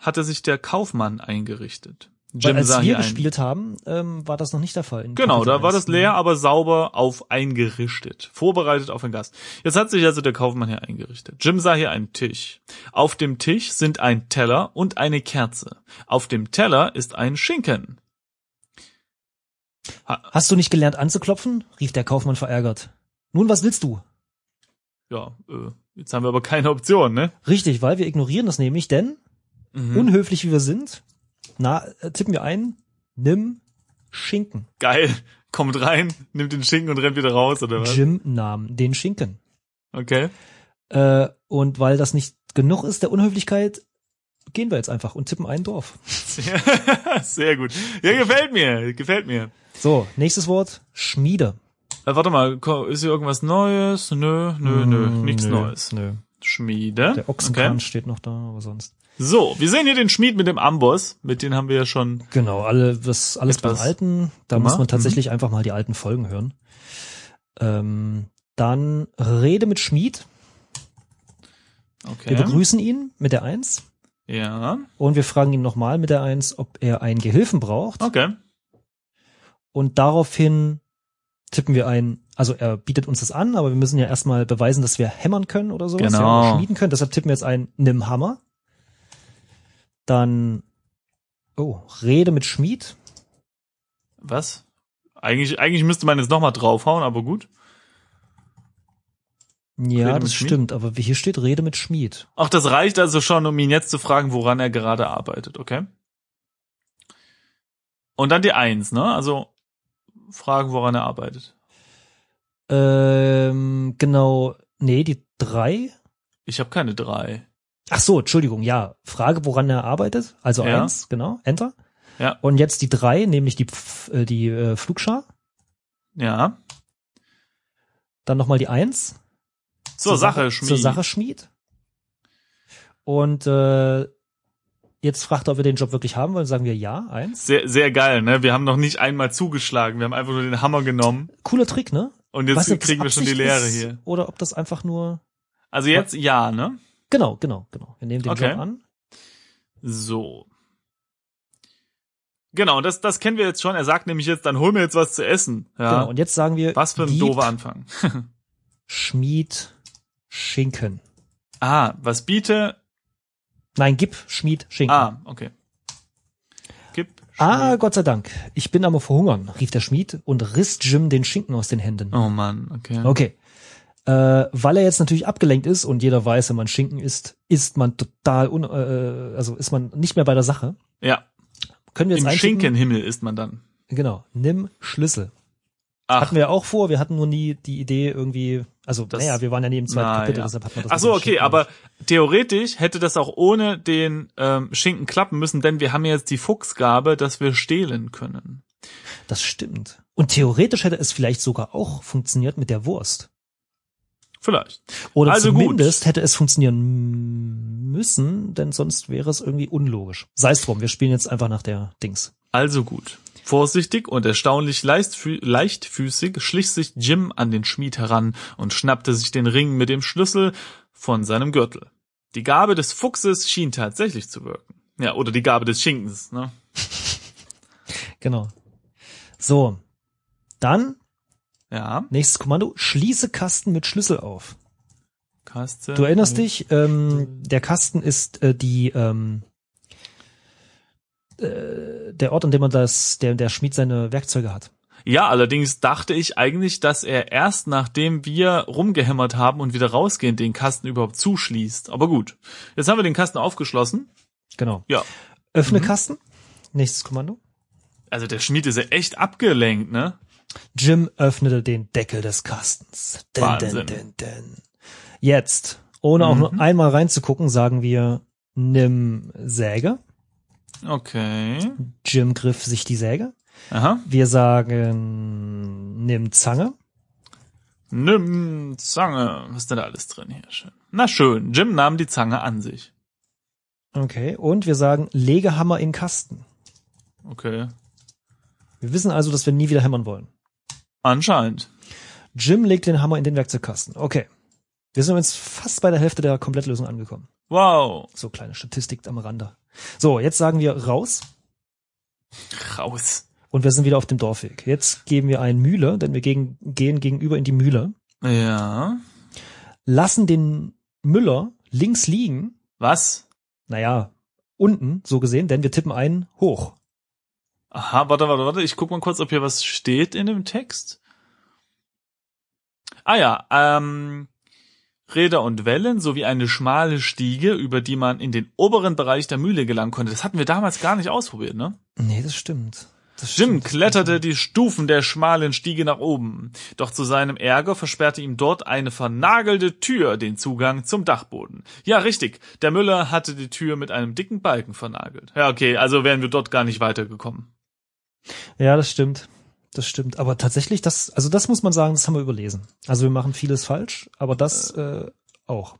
hatte sich der Kaufmann eingerichtet.
Weil
Jim
als
sah
wir
hier ein.
gespielt haben, ähm, war das noch nicht der Fall. in Mhm.
Genau,
Kapitel
da war
eins.
das leer, aber sauber auf eingerichtet. Vorbereitet auf den Gast. Jetzt hat sich also der Kaufmann hier eingerichtet. Jim sah hier einen Tisch. Auf dem Tisch sind ein Teller und eine Kerze. Auf dem Teller ist ein Schinken.
Hast du nicht gelernt anzuklopfen? rief der Kaufmann verärgert. Nun, was willst du?
Ja, äh, jetzt haben wir aber keine Option, ne?
Richtig, weil wir ignorieren das nämlich, denn
Mhm.
unhöflich wie wir sind, na, äh, tippen wir ein, nimm Schinken.
Geil. Kommt rein, nimmt den Schinken und rennt wieder raus, oder was?
Jim nahm den Schinken.
Okay.
Äh, und weil das nicht genug ist der Unhöflichkeit, gehen wir jetzt einfach und tippen ein Dorf.
Sehr, sehr gut. Ja, gefällt mir, gefällt mir.
So, nächstes Wort, Schmiede.
Äh, warte mal, ko- ist hier irgendwas Neues? Nö, nö, nö,
Mm,
nichts Neues. Hm?
Nö.
Schmiede.
Der Ochsenkran steht noch da, aber sonst.
So, wir sehen hier den Schmied mit dem Amboss. Mit denen haben wir ja schon.
Genau, alle, was, alles
Etwas mhm.
beim Alten. Da
gemacht,
muss man tatsächlich einfach mal die alten Folgen hören. Ähm, dann Rede mit Schmied.
Okay.
Wir begrüßen ihn mit der Eins.
ja.
Und wir fragen ihn nochmal mit der Eins, ob er einen Gehilfen braucht.
Okay.
Und daraufhin tippen wir ein, also er bietet uns das an, aber wir müssen ja erstmal beweisen, dass wir hämmern können oder so, dass wir
Genau.
auch schmieden können. Deshalb tippen wir jetzt ein, nimm Hammer. Dann, oh, rede mit Schmied.
Was? Eigentlich, eigentlich müsste man jetzt nochmal draufhauen, aber gut.
Ja,
Rede mit
das
Schmied?
stimmt, aber hier steht Rede mit Schmied.
Auch das reicht also schon, um ihn jetzt zu fragen, woran er gerade arbeitet, okay? Und dann die Eins, ne? Also fragen, woran er arbeitet.
Ähm, genau, nee, die drei.
Ich habe keine drei.
Ach so, Entschuldigung, ja. Frage, woran er arbeitet. Also
Ja.
eins, genau, Enter.
Ja.
Und jetzt die drei, nämlich die, Pf- äh, die äh, Flugschar.
Ja.
Dann nochmal die eins.
Zur, Sache, Schmied.
Zur Sache Schmied. Und äh, jetzt fragt er, ob wir den Job wirklich haben wollen. Sagen wir ja, eins.
Sehr, sehr geil, ne? Wir haben noch nicht einmal zugeschlagen. Wir haben einfach nur den Hammer genommen.
Cooler Trick, ne?
Und jetzt
Was, ob das
kriegen wir schon die
Absicht
Lehre
ist
hier.
Oder ob das einfach nur.
Also jetzt ja, ne?
Genau, genau, genau. Wir nehmen den
Okay.
Job an.
So. Genau, das, das kennen wir jetzt schon. Er sagt nämlich jetzt, dann hol mir jetzt was zu essen. Ja.
Genau. Und jetzt sagen wir.
was für ein
Dieb,
doofer Anfang.
Schmied Schinken.
Ah, was biete?
Nein, gib Schmied Schinken.
Ah, okay. Gib.
Ah, Gott sei Dank. Ich bin am Verhungern, rief der Schmied und riss Jim den Schinken aus den Händen.
Oh Mann, okay.
Okay. Äh, weil er jetzt natürlich abgelenkt ist und jeder weiß, wenn man Schinken isst, ist man total un äh, also ist man nicht mehr bei der Sache.
Ja,
Können wir jetzt
im
eintippen?
Schinkenhimmel ist man dann.
Genau. Nimm Schlüssel.
Ach,
Hatten wir ja auch vor, wir hatten nur nie die Idee irgendwie, also
Das-
naja, wir waren ja nie im zweiten
na
Kapitel,
ja.
deshalb hat man das
ach
mit
so,
dem
okay,
Schinken
aber
gemacht.
theoretisch hätte das auch ohne den ähm, Schinken klappen müssen, denn wir haben ja jetzt die Fuchsgabe, dass wir stehlen können.
das stimmt. Und theoretisch hätte es vielleicht sogar auch funktioniert mit der Wurst.
Vielleicht.
Oder
Also gut.
zumindest hätte es funktionieren müssen, denn sonst wäre es irgendwie unlogisch. Sei es drum, wir spielen jetzt einfach nach der Dings.
Also gut. Vorsichtig und erstaunlich leichtfü leichtfüßig schlich sich Jim an den Schmied heran und schnappte sich den Ring mit dem Schlüssel von seinem Gürtel. Die Gabe des Fuchses schien tatsächlich zu wirken. Ja, oder die Gabe des Schinkens, ne?
Genau. So. Dann,
Ja.
nächstes Kommando, schließe Kasten mit Schlüssel auf.
Kaste.
Du erinnerst dich, ähm, der Kasten ist äh, die, ähm, äh, der Ort, an dem man das, der, der Schmied seine Werkzeuge hat.
Ja, allerdings dachte ich eigentlich, dass er erst nachdem wir rumgehämmert haben und wieder rausgehen, den Kasten überhaupt zuschließt. Aber gut, jetzt haben wir den Kasten aufgeschlossen.
Genau.
Ja, Mhm.
Öffne Kasten. Nächstes Kommando.
also der Schmied ist ja echt abgelenkt, ne?
Jim öffnete den Deckel des Kastens.
Wahnsinn.
dun. Jetzt, ohne auch nur einmal reinzugucken, sagen wir, nimm Säge.
Okay.
Jim griff sich die Säge.
Aha.
Wir sagen, nimm Zange.
Nimm Zange. Was ist denn da alles drin hier? Schön. Na schön, Jim nahm die Zange an sich.
Okay. Und wir sagen, lege Hammer in Kasten.
Okay.
Wir wissen also, dass wir nie wieder hämmern wollen.
Anscheinend.
Jim legt den Hammer in den Werkzeugkasten. Okay. Wir sind jetzt fast bei der Hälfte der Komplettlösung angekommen.
Wow.
So kleine Statistik am Rande. So, jetzt sagen wir raus
Raus.
und wir sind wieder auf dem Dorfweg. Jetzt geben wir einen Mühle, denn wir gegen, gehen gegenüber in die Mühle,
Ja.
lassen den Müller links liegen,
Was?
naja, unten, so gesehen, denn wir tippen einen hoch.
Aha, warte, warte, warte. Ich guck mal kurz, ob hier was steht in dem Text. Ah ja, ähm, Räder und Wellen sowie eine schmale Stiege, über die man in den oberen Bereich der Mühle gelangen konnte. Das hatten wir damals gar nicht ausprobiert, ne?
Nee, das stimmt. Das
Jim
stimmt.
kletterte die Stufen der schmalen Stiege nach oben, doch zu seinem Ärger versperrte ihm dort eine vernagelte Tür den Zugang zum Dachboden. Ja, richtig, der Müller hatte die Tür mit einem dicken Balken vernagelt. Ja, okay, also wären wir dort gar nicht weitergekommen.
Ja, das stimmt. Das stimmt. Aber tatsächlich, das, also das muss man sagen, das haben wir überlesen. Also wir machen vieles falsch, aber das äh, auch.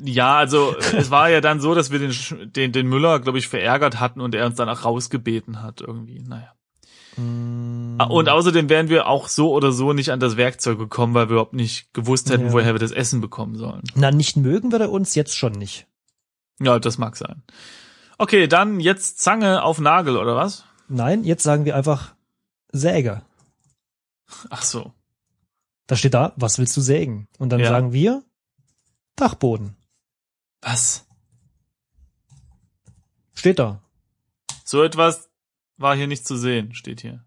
Ja, also äh, es war ja dann so, dass wir den, Sch- den, den Müller, glaube ich, verärgert hatten und er uns dann auch rausgebeten hat irgendwie. Naja.
Mm.
Ah,
Mhm.
Und außerdem wären wir auch so oder so nicht an das Werkzeug gekommen, weil wir überhaupt nicht gewusst hätten,
Ja.
woher wir das Essen bekommen sollen.
Na, nicht mögen würde er uns jetzt schon nicht.
Ja, das mag sein. Okay, dann jetzt Zange auf Nagel oder was?
Nein, jetzt sagen wir einfach Säge.
Ach so.
Da steht da, was willst du sägen? Und dann
Ja.
sagen wir Dachboden.
Was?
Steht da.
So etwas war hier nicht zu sehen, steht hier.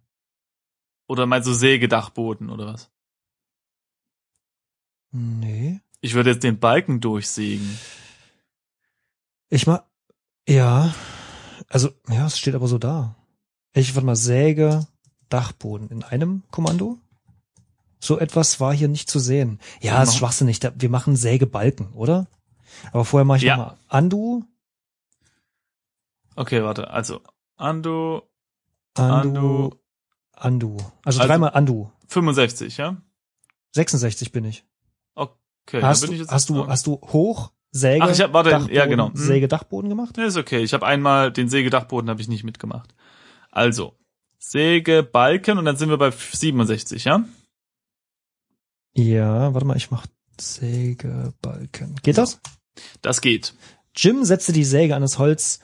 Oder meinst du Sägedachboden oder was?
Nee.
Ich würde jetzt den Balken durchsägen.
Ich mal, ja. Also, ja, es steht aber so da. Ich warte mal, Säge, Dachboden in einem Kommando? So etwas war hier nicht zu sehen. Ja, ist
Genau.
schwachsinnig. Da- Wir machen Sägebalken, oder? Aber vorher mache ich
Ja.
nochmal Andu,
Okay, warte. Also Ando
Andu,
Andu.
Andu. Also,
Also-
dreimal Andu.
65, ja?
66 bin ich.
Okay,
hast,
da bin
du,
ich jetzt
hast du, hast du hoch, Säge,
Ach, ich hab- warte, ja,
Dachboden,
genau. Hm.
Säge, Dachboden gemacht?
Nee, ist okay. Ich habe einmal den Sägedachboden habe ich nicht mitgemacht. Also Sägebalken und dann sind wir bei 67, ja?
Ja, warte mal, ich mach Sägebalken. Geht
Ja.
das?
Das geht.
Jim setzte die Säge an das Holz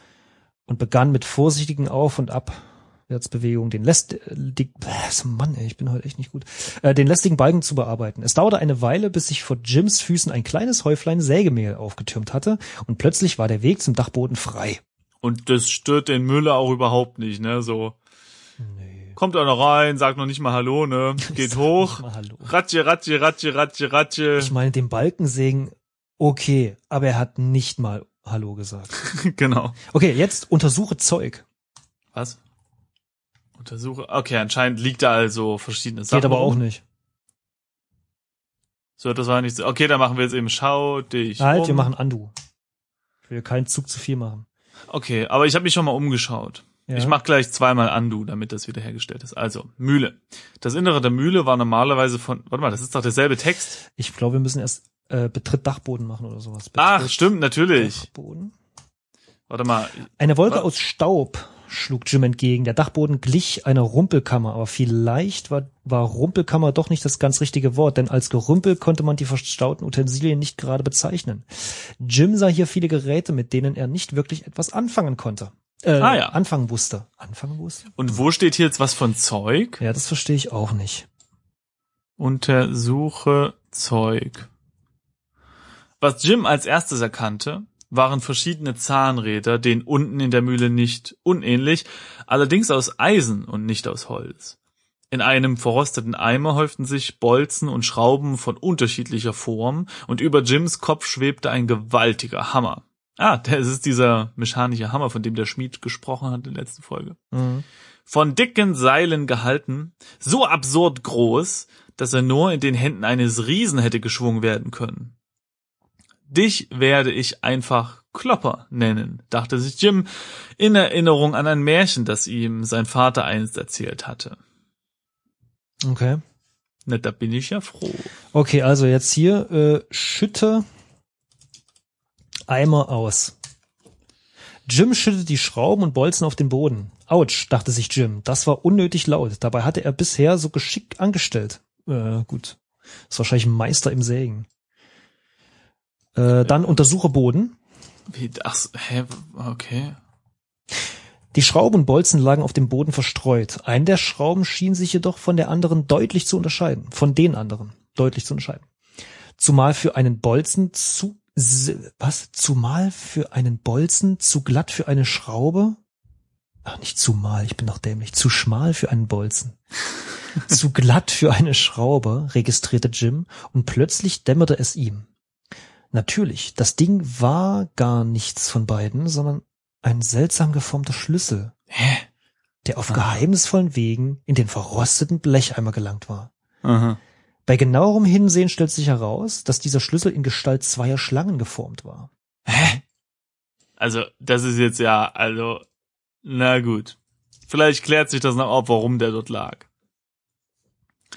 und begann mit vorsichtigen Auf- und Abwärtsbewegungen den läst äh, die, Bäh, Mann, ey, ich bin heute echt nicht gut, äh, den lästigen Balken zu bearbeiten. Es dauerte eine Weile, bis sich vor Jims Füßen ein kleines Häuflein Sägemehl aufgetürmt hatte und plötzlich war der Weg zum Dachboden frei.
Und das stört den Müller auch überhaupt nicht, ne? So
Nee.
Kommt einer rein, sagt noch nicht mal Hallo, ne? Geht hoch.
Mal hallo.
Ratsche, ratsche, ratsche, ratsche, ratsche.
Ich meine, den Balken sägen, okay, aber er hat nicht mal Hallo gesagt.
genau.
Okay, jetzt untersuche Zeug.
Was? Untersuche. Okay, anscheinend liegt da also verschiedene Sachen.
Geht aber auch
rum.
nicht.
So, das war nicht so. Okay, dann machen wir jetzt eben Schau dich.
halt,
um.
wir machen Andu. Ich will keinen Zug zu viel machen.
Okay, aber ich habe mich schon mal umgeschaut.
Ja.
Ich mach gleich zweimal Undo, damit das wiederhergestellt ist. Also, Mühle. Das Innere der Mühle war normalerweise von. Warte mal, das ist doch derselbe Text.
Ich glaube, wir müssen erst äh, Betritt Dachboden machen oder sowas. Betritt
Ach, stimmt, natürlich.
Dachboden.
Warte mal.
Eine Wolke
Was?
aus Staub schlug Jim entgegen. Der Dachboden glich einer Rumpelkammer, aber vielleicht war, war Rumpelkammer doch nicht das ganz richtige Wort, denn als Gerümpel konnte man die verstauten Utensilien nicht gerade bezeichnen. Jim sah hier viele Geräte, mit denen er nicht wirklich etwas anfangen konnte. Äh,
Ah, ja.
Anfangen wusste. Anfangen wusste?
Und wo steht hier jetzt was von Zeug?
Ja, das verstehe ich auch nicht.
Untersuche Zeug. Was Jim als erstes erkannte, waren verschiedene Zahnräder, denen unten in der Mühle nicht unähnlich, allerdings aus Eisen und nicht aus Holz. In einem verrosteten Eimer häuften sich Bolzen und Schrauben von unterschiedlicher Form und über Jims Kopf schwebte ein gewaltiger Hammer. Ah, das ist dieser mechanische Hammer, von dem der Schmied gesprochen hat in der letzten Folge.
Mhm.
Von dicken Seilen gehalten, so absurd groß, dass er nur in den Händen eines Riesen hätte geschwungen werden können. Dich werde ich einfach Klopper nennen, dachte sich Jim in Erinnerung an ein Märchen, das ihm sein Vater einst erzählt hatte.
Okay.
Na, da bin ich ja froh.
Okay, also jetzt hier äh, schütte Eimer aus. Jim schüttet die Schrauben und Bolzen auf den Boden. Autsch, dachte sich Jim. Das war unnötig laut. Dabei hatte er bisher so geschickt angestellt. Äh, gut. Ist wahrscheinlich ein Meister im Sägen. Äh, dann untersuche Boden.
Wie das? Hä? Okay.
Die Schrauben und Bolzen lagen auf dem Boden verstreut. Ein der Schrauben schien sich jedoch von der anderen deutlich zu unterscheiden. Von den anderen deutlich zu unterscheiden. Zumal für einen Bolzen zu s- was? Zumal für einen Bolzen zu glatt für eine Schraube? Ach, nicht zumal, ich bin doch dämlich. Zu schmal für einen Bolzen. zu glatt für eine Schraube, registrierte Jim, und plötzlich dämmerte es ihm. Natürlich, das Ding war gar nichts von beiden, sondern ein seltsam geformter Schlüssel,
Hä?
der auf
Ah.
geheimnisvollen Wegen in den verrosteten Blecheimer gelangt war.
Aha.
Bei genauerem Hinsehen stellt sich heraus, dass dieser Schlüssel in Gestalt zweier Schlangen geformt war.
Also, das ist jetzt ja, also, na gut. Vielleicht klärt sich das noch auf, warum der dort lag.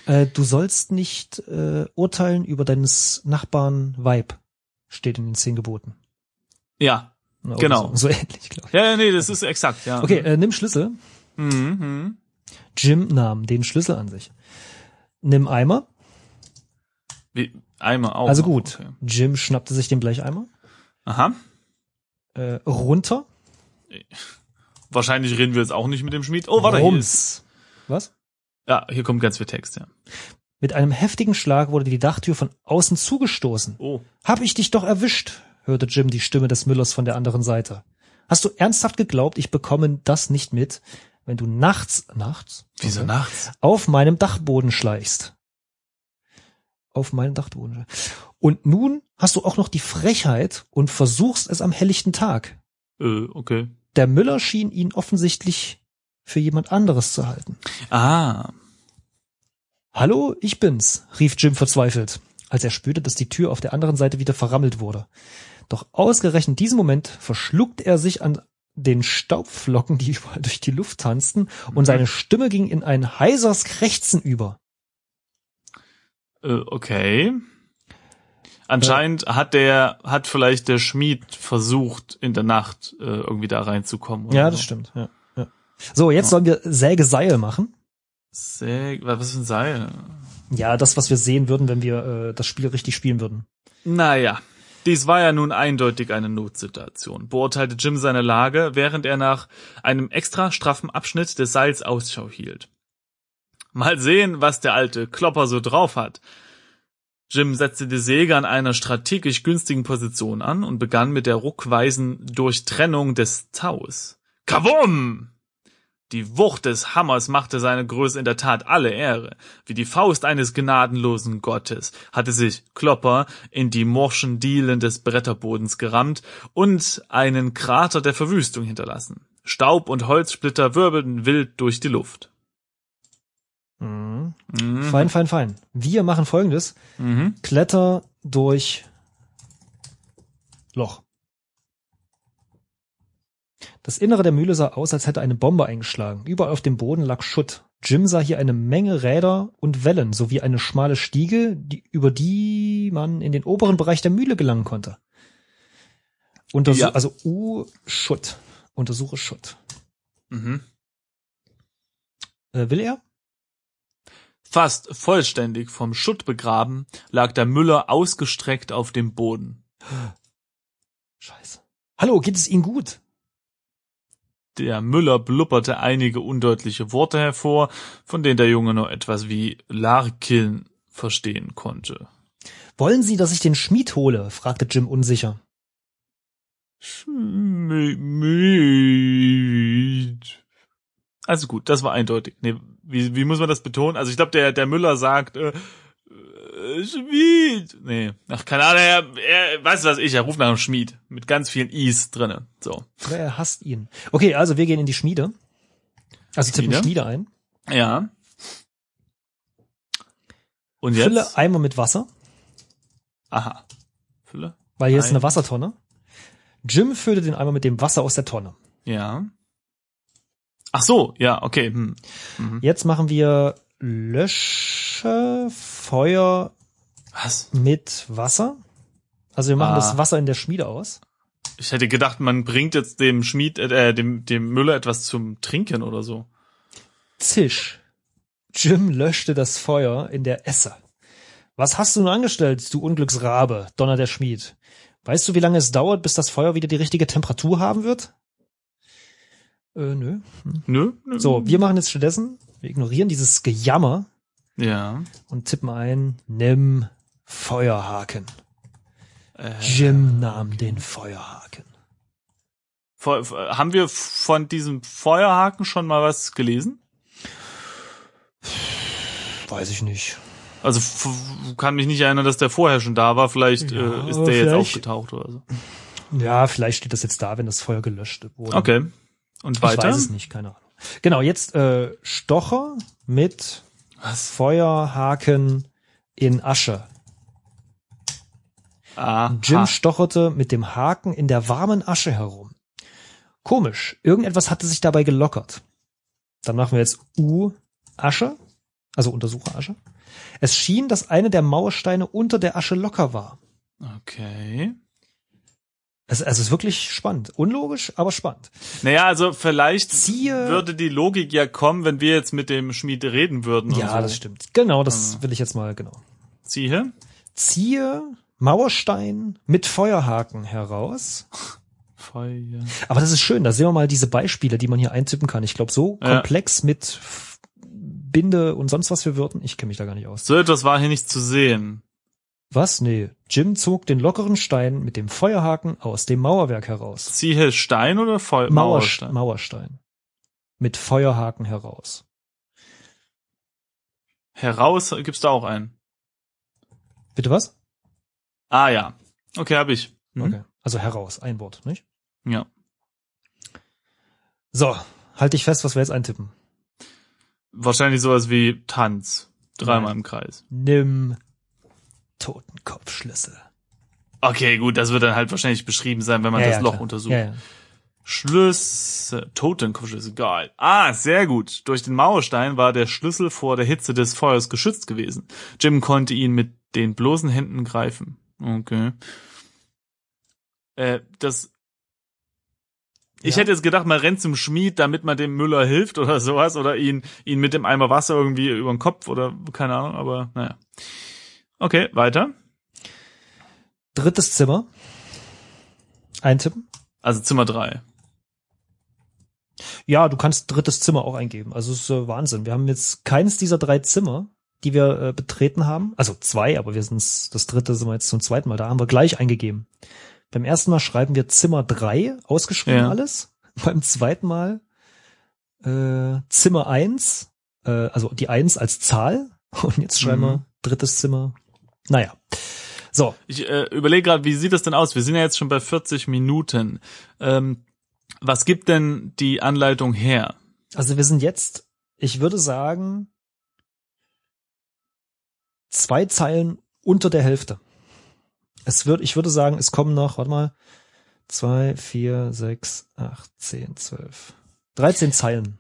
Äh, du sollst nicht äh, urteilen über deines Nachbarn Weib, steht in den zehn Geboten.
Ja.
Na, oder
Genau.
So, so ähnlich, glaube ich.
Ja, ja, nee, das ist exakt, ja.
Okay, äh, nimm Schlüssel.
Mhm.
Jim nahm den Schlüssel an sich. Nimm Eimer.
Wie, Eimer auch.
Also
noch,
gut.
Oh, Okay.
Jim schnappte sich den Bleieimer.
Aha.
Äh, runter.
Wahrscheinlich reden wir jetzt auch nicht mit dem Schmied. Oh, warte, hier ist,
Rums. Was?
ja, hier kommt ganz viel Text, ja.
Mit einem heftigen Schlag wurde die Dachtür von außen zugestoßen.
Oh.
Hab ich dich doch erwischt, hörte Jim die Stimme des Müllers von der anderen Seite. Hast du ernsthaft geglaubt, ich bekomme das nicht mit, wenn du nachts, nachts,
Wieso
Okay.
nachts?
auf meinem Dachboden schleichst? Auf meinem Dachboden. Und nun hast du auch noch die Frechheit und versuchst es am helllichten Tag.
Äh, okay.
Der Müller schien ihn offensichtlich für jemand anderes zu halten.
Ah.
Hallo, ich bin's, rief Jim verzweifelt, als er spürte, dass die Tür auf der anderen Seite wieder verrammelt wurde. Doch ausgerechnet in diesem Moment verschluckte er sich an den Staubflocken, die überall durch die Luft tanzten,
Hm.
und seine
Mhm.
Stimme ging in ein heiseres Krächzen über.
Äh, okay. Anscheinend hat der, hat vielleicht der Schmied versucht, in der Nacht äh, irgendwie da reinzukommen. oder so.
stimmt. Ja, ja. So, jetzt
Ja.
sollen wir Säge-Seil machen.
Sehr, wa- was für ein Seil?
Ja, das, was wir sehen würden, wenn wir äh, das Spiel richtig spielen würden.
Naja. Dies war ja nun eindeutig eine Notsituation, beurteilte Jim seine Lage, während er nach einem extra straffen Abschnitt des Seils Ausschau hielt. Mal sehen, was der alte Klopper so drauf hat. Jim setzte die Säge an einer strategisch günstigen Position an und begann mit der ruckweisen Durchtrennung des Taus. Kavum! Die Wucht des Hammers machte seine Größe in der Tat alle Ehre. Wie die Faust eines gnadenlosen Gottes hatte sich Klopper in die morschen Dielen des Bretterbodens gerammt und einen Krater der Verwüstung hinterlassen. Staub und Holzsplitter wirbelten wild durch die Luft.
Mhm.
Mhm.
Fein, fein, fein. Wir machen folgendes.
Mhm.
Kletter durch Loch. Das Innere der Mühle sah aus, als hätte eine Bombe eingeschlagen. Überall auf dem Boden lag Schutt. Jim sah hier eine Menge Räder und Wellen sowie eine schmale Stiege, die, über die man in den oberen Bereich der Mühle gelangen konnte. Untersu
Ja.
Also U Schutt. Untersuche Schutt.
Mhm.
Äh, will er?
Fast vollständig vom Schutt begraben lag der Müller ausgestreckt auf dem Boden.
Scheiße. Hallo, geht es Ihnen gut?
Der Müller blubberte einige undeutliche Worte hervor, von denen der Junge nur etwas wie Larkin verstehen konnte.
Wollen Sie, dass ich den Schmied hole? fragte Jim unsicher.
Schmied. Also gut, das war eindeutig. Nee, wie, wie muss man das betonen? Also ich glaube, der, der Müller sagt, äh, äh, Schmied. Nee, ach, keine Ahnung, er, er, weißt du was ich, er ruft nach dem Schmied. Mit ganz vielen Is drinne. So.
Aber Er hasst ihn. Okay, also wir gehen in die Schmiede. Also tippen
Schmiede?
Schmiede ein.
Ja. Und jetzt?
Fülle Eimer mit Wasser,
Aha. Fülle?
weil hier ist
Ein-
eine Wassertonne. Jim füllte den Eimer mit dem Wasser aus der Tonne.
Ja. Ach so, ja, okay. Hm.
Jetzt machen wir Lösche Feuer
Was?
mit Wasser. Also wir machen
Ah.
das Wasser in der Schmiede aus.
Ich hätte gedacht, man bringt jetzt dem Schmied, äh, dem, dem Müller etwas zum Trinken oder so.
Zisch. Jim löschte das Feuer in der Esse. Was hast du nun angestellt, du Unglücksrabe, Donner der Schmied? Weißt du, wie lange es dauert, bis das Feuer wieder die richtige Temperatur haben wird? Äh, nö.
Nö? nö.
So, wir machen jetzt stattdessen, wir ignorieren dieses Gejammer
Ja.
und tippen ein, nimm Feuerhaken.
Äh,
Jim nahm den Feuerhaken.
Vor- vor- haben wir von diesem Feuerhaken schon mal was gelesen?
Weiß ich nicht.
Also f- kann mich nicht erinnern, dass der vorher schon da war. Vielleicht
Ja,
äh, ist
aber
der jetzt
vielleicht-
aufgetaucht oder so.
Ja, vielleicht steht das jetzt da, wenn das Feuer gelöscht wurde.
Okay. Und
Ich
weiter?
weiß es nicht, keine Ahnung. Genau, jetzt äh, Stocher mit
Was?
Feuerhaken in Asche.
Ah,
Jim stocherte mit dem Haken in der warmen Asche herum. Komisch, irgendetwas hatte sich dabei gelockert. Dann machen wir jetzt U Asche, also Untersucher Asche. Es schien, dass eine der Mauersteine unter der Asche locker war.
Okay.
Es, es ist wirklich spannend. Unlogisch, aber spannend.
Naja, also vielleicht
Ziehe.
würde die Logik ja kommen, wenn wir jetzt mit dem Schmied reden würden. und
ja,
so. Ah.
das stimmt. Genau, das will ich jetzt mal genau.
Ziehe.
Ziehe Mauerstein mit Feuerhaken heraus.
Feuer.
Aber das ist schön, da sehen wir mal diese Beispiele, die man hier eintippen kann. Ich glaube, so
Ja.
komplex mit F- Binde und sonst was für Wörtern, ich kenne mich da gar nicht aus.
So etwas war hier nicht zu sehen.
Was? Nee. Jim zog den lockeren Stein mit dem Feuerhaken aus dem Mauerwerk heraus.
Ziehe Stein oder Feu
Mauerst-
Mauerstein?
Mauerstein. Mit Feuerhaken heraus.
Heraus gibt's da auch einen.
Bitte was?
Ah ja. Okay, hab ich. Hm?
Okay. Also heraus, ein Wort, nicht?
Ja.
So, halte ich fest, was wir jetzt eintippen.
Wahrscheinlich sowas wie Tanz. Dreimal
Nein.
im Kreis.
Nimm Totenkopfschlüssel.
Okay, gut, das wird dann halt wahrscheinlich beschrieben sein, wenn man das Loch
klar.
untersucht.
Ja, ja.
Schlüssel, Totenkopfschlüssel, geil. Ah, sehr gut. Durch den Mauerstein war der Schlüssel vor der Hitze des Feuers geschützt gewesen. Jim konnte ihn mit den bloßen Händen greifen. Okay. Äh, das. Ich
Ja.
hätte jetzt gedacht, man rennt zum Schmied, damit man dem Müller hilft oder sowas, oder ihn, ihn mit dem Eimer Wasser irgendwie über den Kopf oder keine Ahnung, aber naja. Okay, weiter.
Drittes Zimmer. Eintippen.
Also Zimmer drei.
Ja, du kannst drittes Zimmer auch eingeben. Also es ist äh, Wahnsinn. Wir haben jetzt keins dieser drei Zimmer, die wir äh, betreten haben. Also zwei, aber wir sind das dritte sind wir jetzt zum zweiten Mal. Da haben wir gleich eingegeben. Beim ersten Mal schreiben wir Zimmer drei ausgeschrieben
Ja.
alles. Beim zweiten Mal äh, Zimmer eins, äh, also die eins als Zahl. Und jetzt schreiben
Mhm.
wir drittes Zimmer. Naja. So,
Ich äh, überlege gerade, wie sieht das denn aus? Wir sind ja jetzt schon bei 40 Minuten. Ähm, was gibt denn die Anleitung her?
Also wir sind jetzt, ich würde sagen, zwei Zeilen unter der Hälfte. Es wird, ich würde sagen, es kommen noch, warte mal, zwei, vier, sechs, acht, zehn, zwölf, dreizehn Zeilen.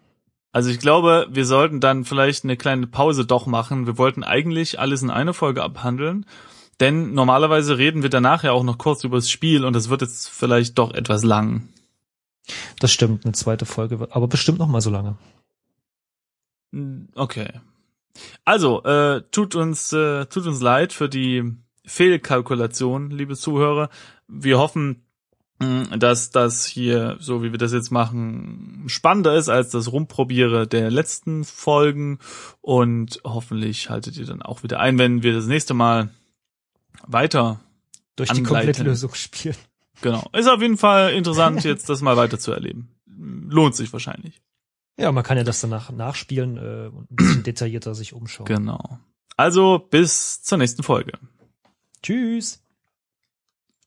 Also ich glaube, wir sollten dann vielleicht eine kleine Pause doch machen. Wir wollten eigentlich alles in einer Folge abhandeln, denn normalerweise reden wir danach ja auch noch kurz über das Spiel und das wird jetzt vielleicht doch etwas lang.
Das stimmt, eine zweite Folge, wird- aber bestimmt noch mal so lange.
Hm, Okay. Also, äh, tut uns äh, tut uns leid für die Fehlkalkulation, liebe Zuhörer. Wir hoffen, mh, dass das hier, so wie wir das jetzt machen, spannender ist als das Rumprobiere der letzten Folgen. Und hoffentlich haltet ihr dann auch wieder ein, wenn wir das nächste Mal weiter.
Durch die
Anleiten.
Komplettlösung spielen.
Genau. Ist auf jeden Fall interessant, jetzt das mal weiter zu erleben. Lohnt sich wahrscheinlich.
Ja, man kann ja das danach nachspielen äh, und ein bisschen detaillierter sich umschauen.
Genau. Also bis zur nächsten Folge.
Tschüss.